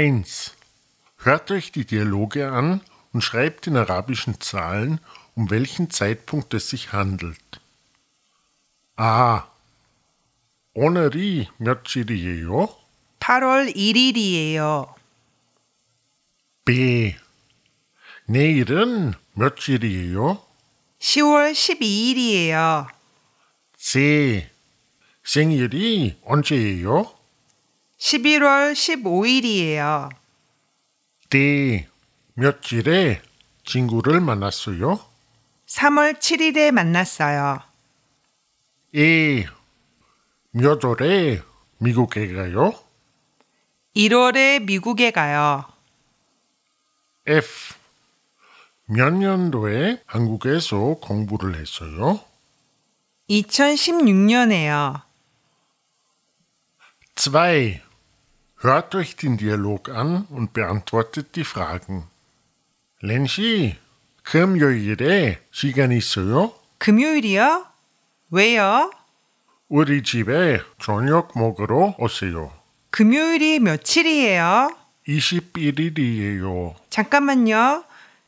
1. Hört euch die Dialoge an und schreibt in arabischen Zahlen, um welchen Zeitpunkt es sich handelt. A. 오늘이 며칠이에요? 8월 1일이에요. B. 내일은 며칠이에요? 10월 12일이에요. C. 생일이 언제예요? 11월 15일이에요. D. 며칠에 친구를 만났어요? 3월 7일에 만났어요. E. 몇 월에 미국에 가요? 1월에 미국에 가요. F. 몇 년도에 한국에서 공부를 했어요? 2016년에요. 2. Hört euch den Dialog an und beantwortet die Fragen. 렌시, 금요일에 시간 있어요? 금요일이요? 왜요? 우리 집에 저녁 먹으러 오세요. 금요일이 며칠이에요? 21일이에요. 잠깐만요.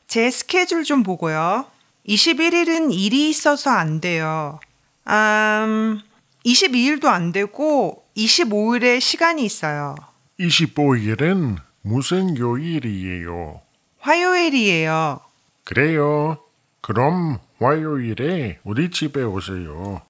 제 스케줄 좀 보고요. 21일은 일이 있어서 안 돼요. 음, 22일도 안 되고 25일에 시간이 있어요. 25일은 무슨 요일이에요? 화요일이에요. 그래요. 그럼 화요일에 우리 집에 오세요.